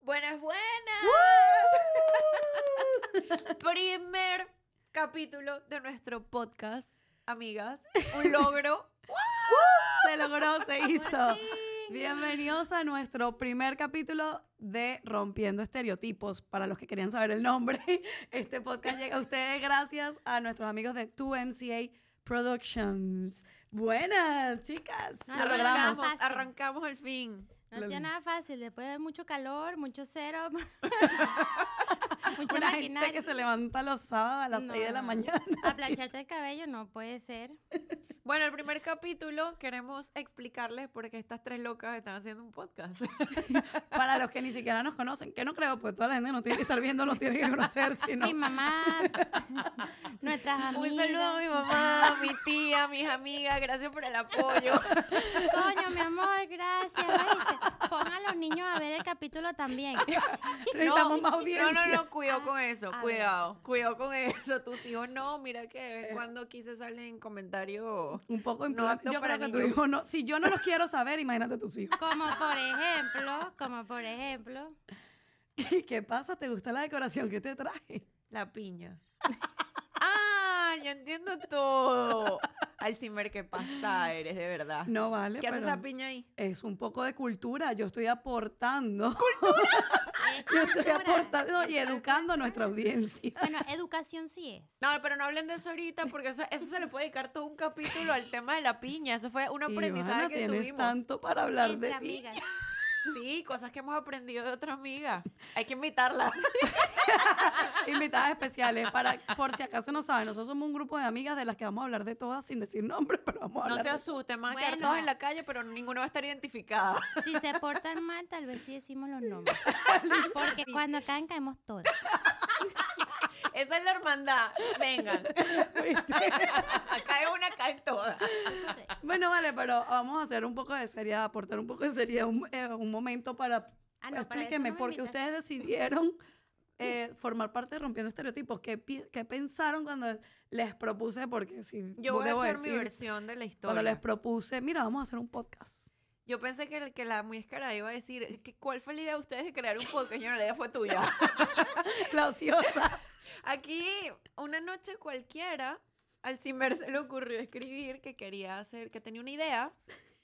buenas, buenas. Primer capítulo de nuestro podcast, amigas. Un logro. Se logró, se hizo. Marica. Bienvenidos a nuestro primer capítulo de Rompiendo Estereotipos. Para los que querían saber el nombre, este podcast llega a ustedes gracias a nuestros amigos de 2MCA Productions. Buenas, chicas. No, Lo sí, logramos. Arrancamos, fácil. arrancamos al fin. No Lo- hacía nada fácil, después de mucho calor, mucho cero, mucha Una maquinaria. gente que se levanta los sábados a las No, 6 de la no, no. mañana. A plancharse el cabello no puede ser. Bueno, el primer capítulo queremos explicarles por qué estas tres locas están haciendo un podcast. Para los que ni siquiera nos conocen, que no creo, pues toda la gente nos tiene que estar viendo, nos tiene que conocer, sino Mi mamá, nuestras amigas. Un saludo a mi mamá, a mi tía, a mis amigas. Gracias por el apoyo. Coño, mi amor, gracias. ¿viste? Pongan a los niños a ver el capítulo también. necesitamos más audiencia. No, no, no, cuidado Ah, con eso, a ver. cuidado, cuidado con eso. Tus hijos no, mira que de vez en cuando aquí se salen comentarios. Un poco en No plan, apto Yo para creo que tu niños. hijo no. Si yo no los quiero saber, imagínate tus hijos. Como por ejemplo, como por ejemplo, ¿Qué, qué pasa? ¿Te gusta la decoración que te traje? La piña. ah, yo entiendo todo. Alzheimer, qué pasa, eres de verdad. No vale. Ah, ¿Qué hace pero esa piña ahí? Es un poco de cultura. Yo estoy aportando. es Yo estoy cultura. aportando y Es tal educando a cual. nuestra audiencia. eh, Bueno, educación sí es. No, pero no hablen de eso ahorita porque eso, eso se le puede dedicar todo un capítulo al tema de la piña. Eso fue un aprendizaje Ivana, que tienes tuvimos. tanto para hablar Entre de ti. amigas. Sí, cosas que hemos aprendido de otra amiga. Hay que invitarla. Invitadas especiales. Para, por si acaso no saben, nosotros somos un grupo de amigas de las que vamos a hablar de todas sin decir nombres, pero vamos a No hablar. se de- asusten, van a quedar Bueno. todos en la calle, pero ninguno va a estar identificado. Si se portan mal, tal vez sí decimos los nombres. Porque cuando caen, caemos todas. Esa es la hermandad. Vengan. Acá hay una, acá hay todas. Bueno, vale, pero vamos a hacer un poco de seriedad, aportar un poco de seriedad, un, eh, un momento para... Ah, Pues, no, para Pues eso explíqueme, no me porque invitas. ustedes decidieron eh, formar parte de Rompiendo Estereotipos. ¿Qué, pi- qué pensaron cuando les propuse? Porque si Yo voy a debo echar mi decir, versión de la historia. Cuando les propuse, mira, vamos a hacer un podcast. Yo pensé que, el- que la muescara iba a decir, "¿Qué- ¿cuál fue la idea de ustedes de crear un podcast? Yo no, la idea fue tuya. La ociosa. Aquí, una noche cualquiera, al Cimer se le ocurrió escribir que quería hacer, que tenía una idea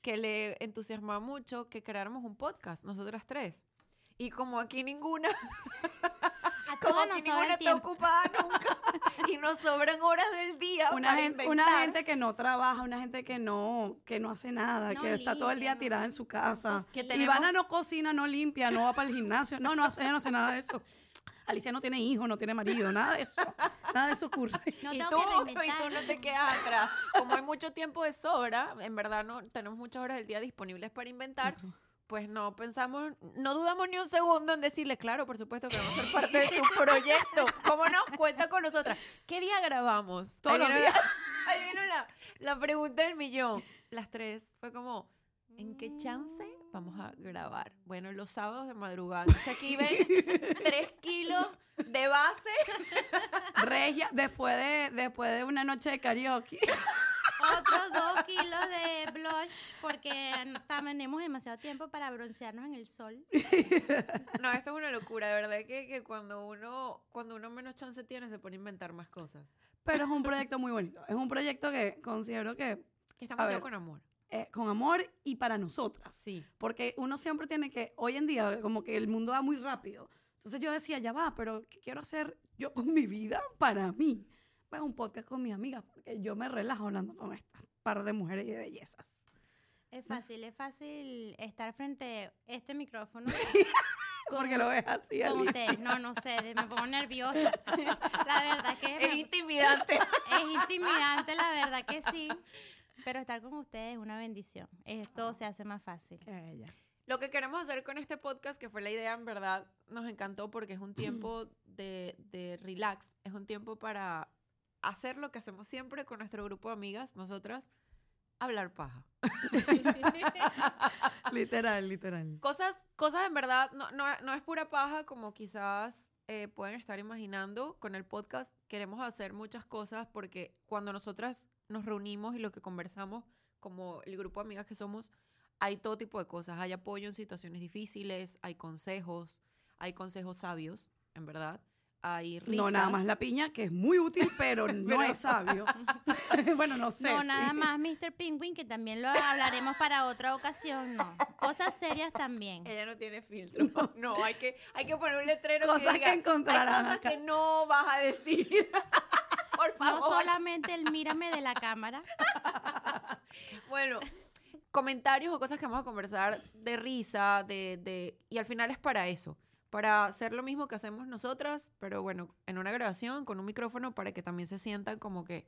que le entusiasmaba mucho que creáramos un podcast, nosotras tres. Y como aquí ninguna, A como todas aquí nos ninguna sobra está tiempo. ocupada nunca y nos sobran horas del día Una para gente, una inventar. gente que no trabaja, una gente que no, que no hace nada, No que está todo el limpia, día no- tirada en su casa. Que Sí. tenemos- Ivana no cocina, no limpia, no va para el gimnasio. No, no hace, ella no hace nada de eso. Alicia no tiene hijo, no tiene marido, nada de eso. Nada de eso ocurre. No y tengo tú, que y tú reinventar. no te quedas atrás. Como hay mucho tiempo de sobra, en verdad no tenemos muchas horas del día disponibles para inventar, pues no pensamos, no dudamos ni un segundo en decirle, claro, por supuesto, queremos ser parte de tu proyecto. ¿Cómo no? Cuenta con nosotras. ¿Qué día grabamos? Todos Ahí los vino días. La, ahí vino la, la pregunta del millón. Las tres. Fue como, ¿en qué chance vamos a grabar? Bueno, los sábados de madrugada. Entonces aquí ven tres kilos de base Regia, después de, después de una noche de karaoke, Otros dos kilos de blush porque tenemos demasiado tiempo para broncearnos en el sol. No, esto es una locura, de verdad que, que cuando uno cuando uno menos chance tiene se pone a inventar más cosas. pero es un proyecto muy bonito. Es un proyecto que considero que Que estamos haciendo ver. con amor. eh, con amor y para nosotras. Ah, Sí. Porque uno siempre tiene que, hoy en día, como que el mundo va muy rápido. Entonces yo decía, ya va, pero ¿qué quiero hacer yo con mi vida para mí? Pues un podcast con mis amigas, porque yo me relajo hablando con estas par de mujeres y de bellezas. Es fácil, es fácil estar frente a este micrófono. Porque lo ves así, Con Alicia. ustedes. No, no sé, de- me pongo nerviosa. La verdad es que Es me- intimidante. es intimidante, la verdad que sí. Pero estar con ustedes es una bendición. Ah. Esto se hace más fácil. Qué bella. Lo que queremos hacer con este podcast, que fue la idea, en verdad, nos encantó porque es un tiempo de, de relax, es un tiempo para hacer lo que hacemos siempre con nuestro grupo de amigas, nosotras, hablar paja. Literal, literal. Cosas, cosas en verdad, no, no, no es pura paja como quizás eh, pueden estar imaginando. Con el podcast queremos hacer muchas cosas porque cuando nosotras nos reunimos y lo que conversamos, como el grupo de amigas que somos, hay todo tipo de cosas. Hay apoyo en situaciones difíciles, hay consejos, hay consejos sabios, en verdad. Hay risas. No, nada más la piña, que es muy útil, pero no Pero- es sabio. bueno, no sé. No, sí. nada más Mr. Penguin, que también lo hablaremos para otra ocasión, no. Cosas serias también. Ella no tiene filtro. No, hay, que, hay que poner un letrero Cosas que que diga, encontrarás Hay cosas acá". que no vas a decir. Por favor. No solamente el mírame de la cámara. Bueno, comentarios o cosas que vamos a conversar de risa, de, de... Y al final es para eso. Para hacer lo mismo que hacemos nosotras, pero bueno, en una grabación, con un micrófono, para que también se sientan como que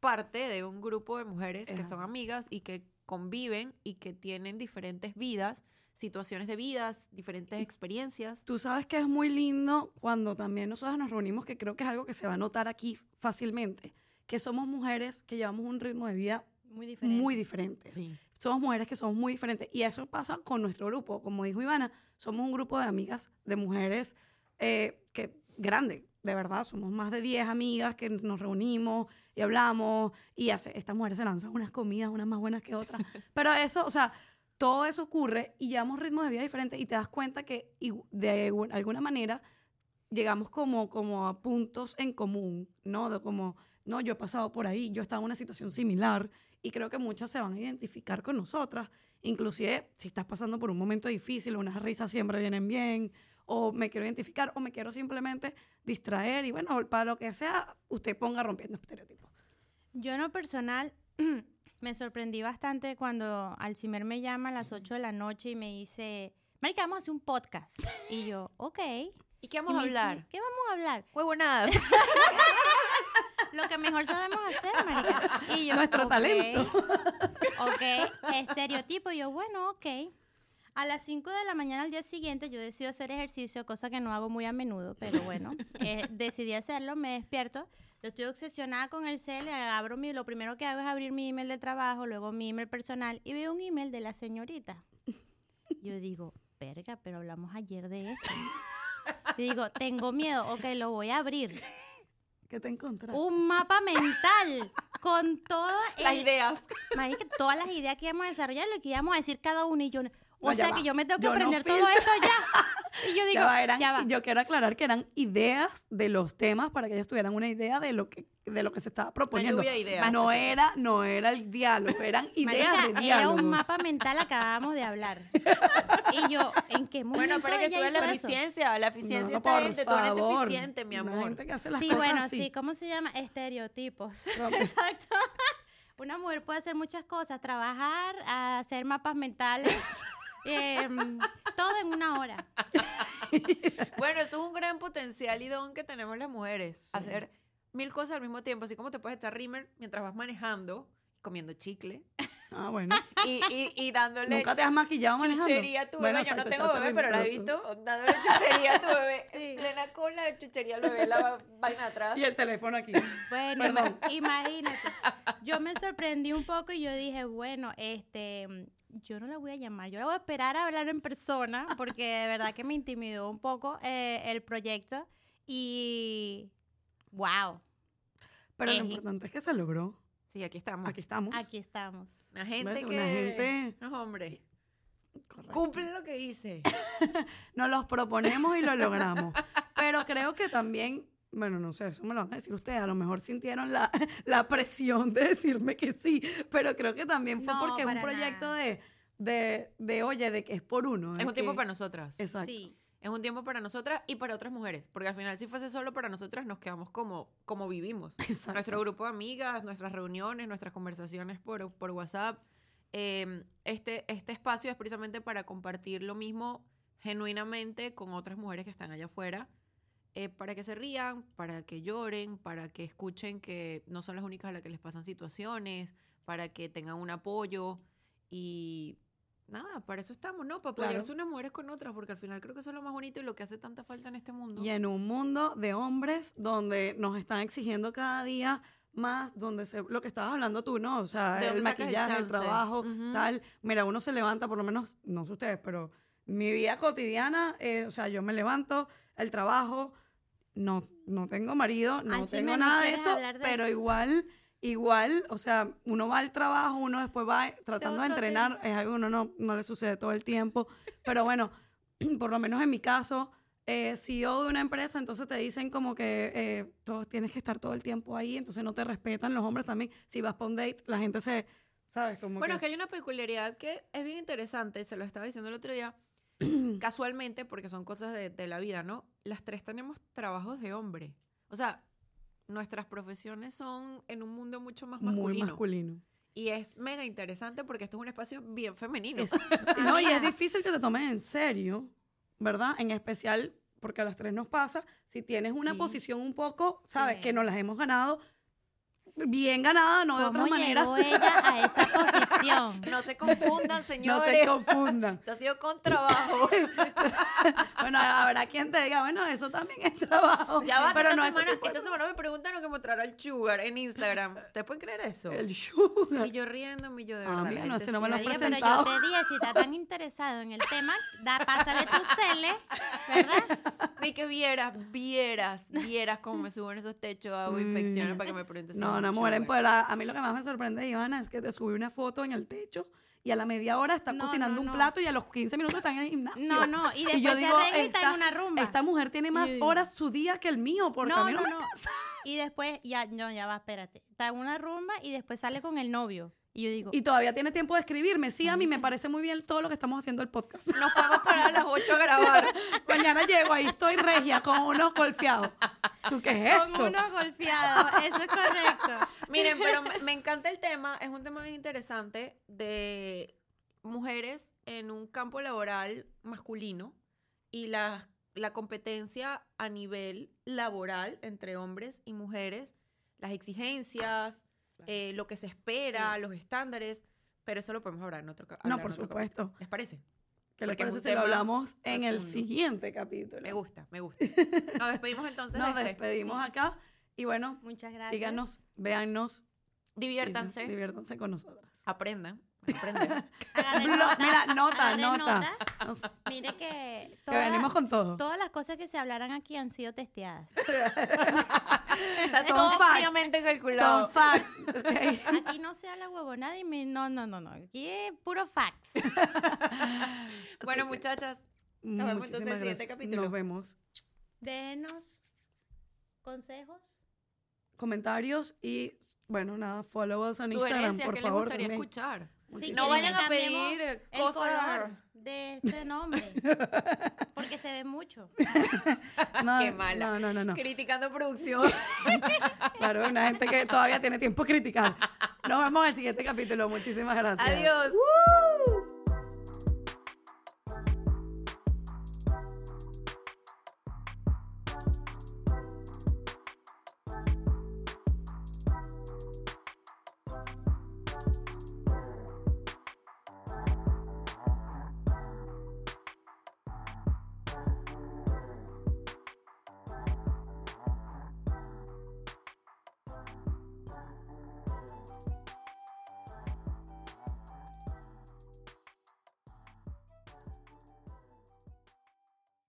parte de un grupo de mujeres Es que son así. amigas y que conviven y que tienen diferentes vidas, situaciones de vidas, diferentes experiencias. Tú sabes que es muy lindo cuando también nosotras nos reunimos, que creo que es algo que se va a notar aquí fácilmente, que somos mujeres que llevamos un ritmo de vida Muy diferente. muy diferente. Somos mujeres que somos muy diferentes. Y eso pasa con nuestro grupo. Como dijo Ivana, somos un grupo de amigas, de mujeres eh, que grande, de verdad. Somos más de 10 amigas que nos reunimos y hablamos. Y hace, estas mujeres se lanzan unas comidas, unas más buenas que otras. Pero eso, o sea, todo eso ocurre y llevamos ritmos de vida diferentes y te das cuenta que igu- de algu- alguna manera llegamos como, como a puntos en común, ¿no? De como, no, yo he pasado por ahí, yo he estado en una situación similar y creo que muchas se van a identificar con nosotras. Inclusive, si estás pasando por un momento difícil, unas risas siempre vienen bien, o me quiero identificar, o me quiero simplemente distraer, y bueno, para lo que sea, usted ponga rompiendo estereotipos. Yo en lo personal me sorprendí bastante cuando Alcimer me llama a las 8 de la noche y me dice, Marica, vamos a hacer un podcast. Y yo, ok. ¿Y qué Y vamos me a dice, hablar? ¿Qué vamos a hablar? Huevonadas. Lo que mejor sabemos hacer, Marica. Y yo, Nuestro ok, talento. Ok, estereotipo. Y yo, bueno, ok. A las 5 de la mañana al día siguiente yo decido hacer ejercicio, cosa que no hago muy a menudo, pero bueno, eh, decidí hacerlo, me despierto. Yo estoy obsesionada con el cel, eh, abro mi, lo primero que hago es abrir mi email de trabajo, luego mi email personal y veo un email de la señorita. Yo digo, verga, pero hablamos ayer de esto. Y digo, tengo miedo, ok, lo voy a abrir. ¿Qué te encontraste? Un mapa mental con todo Las el, ideas. Marica, todas las ideas que íbamos a desarrollar, lo que íbamos a decir cada uno y yo. O No, ya sea va. que yo me tengo que Yo no aprender todo filtro. esto ya. Y yo digo, Ya va, eran- ya va. Yo quiero aclarar que eran ideas de los temas para que ellos tuvieran una idea de lo que, de lo que se estaba proponiendo. lluvia de ideas. No era, no era el diálogo, eran ideas Marica, de era diálogo. un mapa mental, acabábamos de hablar. Y yo, ¿en qué momento Bueno, para que tú ella veas la hizo eso? eficiencia. La eficiencia No, está por gente, tú eres favor. eficiente, mi Una amor. gente que hace las sí, cosas bueno, así. sí. ¿Cómo se llama? Estereotipos. No, pues, Exacto. Una mujer puede hacer muchas cosas, trabajar, hacer mapas mentales, em, todo en una hora. Bueno, eso es un gran potencial y don que tenemos las mujeres. Hacer mil cosas al mismo tiempo. Así como te puedes echar rímel mientras vas manejando, comiendo chicle Ah, bueno. y, y, y dándole Nunca te has maquillado manejando. chuchería a tu bebé. Bueno, Yo no exacto, tengo exacto, bebé, bien, pero la he tú- visto dándole chuchería a tu bebé. Sí. Plena cola de chuchería al bebé, la va- vaina atrás. Y el teléfono aquí. Bueno, Perdón. imagínate. Yo me sorprendí un poco y yo dije, bueno, este, yo no la voy a llamar, yo la voy a esperar a hablar en persona, porque de verdad que me intimidó un poco eh, el proyecto. Y wow, Pero lo Ejí. importante es que se logró. Sí, aquí estamos. Aquí estamos. aquí estamos. Una gente Bueno, que... una gente- No, hombre. Correcto. Cumple lo que dice. Nos los proponemos y lo logramos. Pero creo que también, bueno, no sé, eso me lo van a decir ustedes. A lo mejor sintieron la, la presión de decirme que sí. Pero creo que también fue No, porque es un para proyecto nada. de, de, de, oye, de que es por uno. Es de un tiempo que- para nosotras. Exacto. Sí. Es un tiempo para nosotras y para otras mujeres, porque al final si fuese solo para nosotras nos quedamos como, como vivimos. Exacto. Nuestro grupo de amigas, nuestras reuniones, nuestras conversaciones por, por WhatsApp. Eh, este, este espacio es precisamente para compartir lo mismo genuinamente con otras mujeres que están allá afuera, eh, para que se rían, para que lloren, para que escuchen que no son las únicas a las que les pasan situaciones, para que tengan un apoyo y nada, para eso estamos, ¿no? Para Claro. apoyarse unas mujeres con otras, porque al final creo que eso es lo más bonito y lo que hace tanta falta en este mundo. Y en un mundo de hombres donde nos están exigiendo cada día más, donde se, lo que estabas hablando tú, ¿no? O sea, ¿De el dónde sacas el maquillaje, el, chance? trabajo, Ujú. tal. Mira, uno se levanta, por lo menos, no sé ustedes, pero mi vida cotidiana, eh, o sea, yo me levanto, el trabajo, no, no tengo marido, no Así tengo me- no nada de quieres eso, hablar de pero eso. igual, igual, o sea, uno va al trabajo, uno después va tratando de otro entrenar, es algo que uno no, no le sucede todo el tiempo, pero bueno, por lo menos en mi caso, eh, CEO de una empresa, entonces te dicen como que eh, todos tienes que estar todo el tiempo ahí, entonces no te respetan los hombres también. Si vas para un date, la gente se, ¿sabes? Como Bueno, que que hay una peculiaridad que es bien interesante, se lo estaba diciendo el otro día, casualmente, porque son cosas de, de la vida, ¿no? Las tres tenemos trabajos de hombre. O sea, nuestras profesiones son en un mundo mucho más muy masculino. masculino. Y es mega interesante porque esto es un espacio bien femenino. Es- no, y es difícil que te tomes en serio, ¿verdad? En especial porque a las tres nos pasa, si tienes una Sí. posición un poco, ¿sabes? Sí. Que nos las hemos ganado bien ganada, no de ¿Cómo otras maneras. llegó ella a esa posición? No se confundan, No señores. se confundan. Esto ha sido con trabajo. Bueno, habrá quien te diga, bueno, eso también es trabajo. Ya va, pero esta, no es semana, esta semana me preguntan lo que mostrará el sugar en Instagram. ¿Te pueden creer eso? el sugar. Y yo riéndome y yo de Ah, verdad. la mira, gente ese no me sí- lo Oye, pero presentado. yo te dije, si está tan interesado en el tema, da, pásale tu cele, ¿verdad? Ni que vieras, vieras, vieras cómo me subo en esos techos, hago inspecciones para que me pregunten si Mm. No, es una un mujer sugar. empoderada. A mí lo que más me sorprende, Ivana, es que te subí una foto en el techo y a la media hora está No, cocinando no, un no. plato y a los 15 minutos está en el gimnasio. No, no, y después se arregla y está en una rumba. Esta mujer tiene más Y- horas su día que el mío, porque a No, mí no, no, me no. alcanza. Y después, ya, no, ya va, espérate. Está en una rumba y después sale con el novio. Y yo digo, Y todavía tiene tiempo de escribirme. Sí, a mí me parece muy bien todo lo que estamos haciendo el podcast. Nos vamos para a las 8 a grabar. Mañana llego, ahí estoy regia con unos golpeados. ¿Tú qué es con esto? unos golpeados, eso es correcto. Miren, pero me, me encanta el tema. Es un tema bien interesante de mujeres en un campo laboral masculino y la, la competencia a nivel laboral entre hombres y mujeres, las exigencias, eh, lo que se espera, los estándares. Pero eso lo podemos hablar en otro ca- No, hablar por en otro ca- supuesto. ¿Les parece? Que les Porque es parece un si lo tema hablamos en el profundo. siguiente capítulo. Me gusta, me gusta. Nos despedimos entonces. Nos de este. despedimos acá y bueno, Muchas gracias. síganos, véannos, y Diviértanse. diviértanse con nosotras. Aprendan. Aprendan. Agarren Blo- nota, mira, nota, agarren nota. nota. Nos- que Mire que venimos todas, con todo. todas las cosas que se hablaran aquí han sido testeadas. Son facts. Obviamente calculado. Son facts. ok. Aquí no se habla huevonada y me- no, no, no, no. Aquí es puro fax. Bueno, Así que, muchachas, nos vemos entonces en el muchísimas siguiente gracias. capítulo. Nos vemos. Denos consejos. Comentarios y bueno, nada, follow us en Instagram, sugerencias por que les favor. gustaría también. escuchar. Sí, no que vayan le a cambiemos pedir eh, el cosas. color de este nombre. Porque se ve mucho. No, Qué mala. No, no, no, no. Criticando producción. Claro, hay una gente que todavía tiene tiempo a criticar. Nos vemos en el siguiente capítulo. Muchísimas gracias. Adiós. ¡Woo!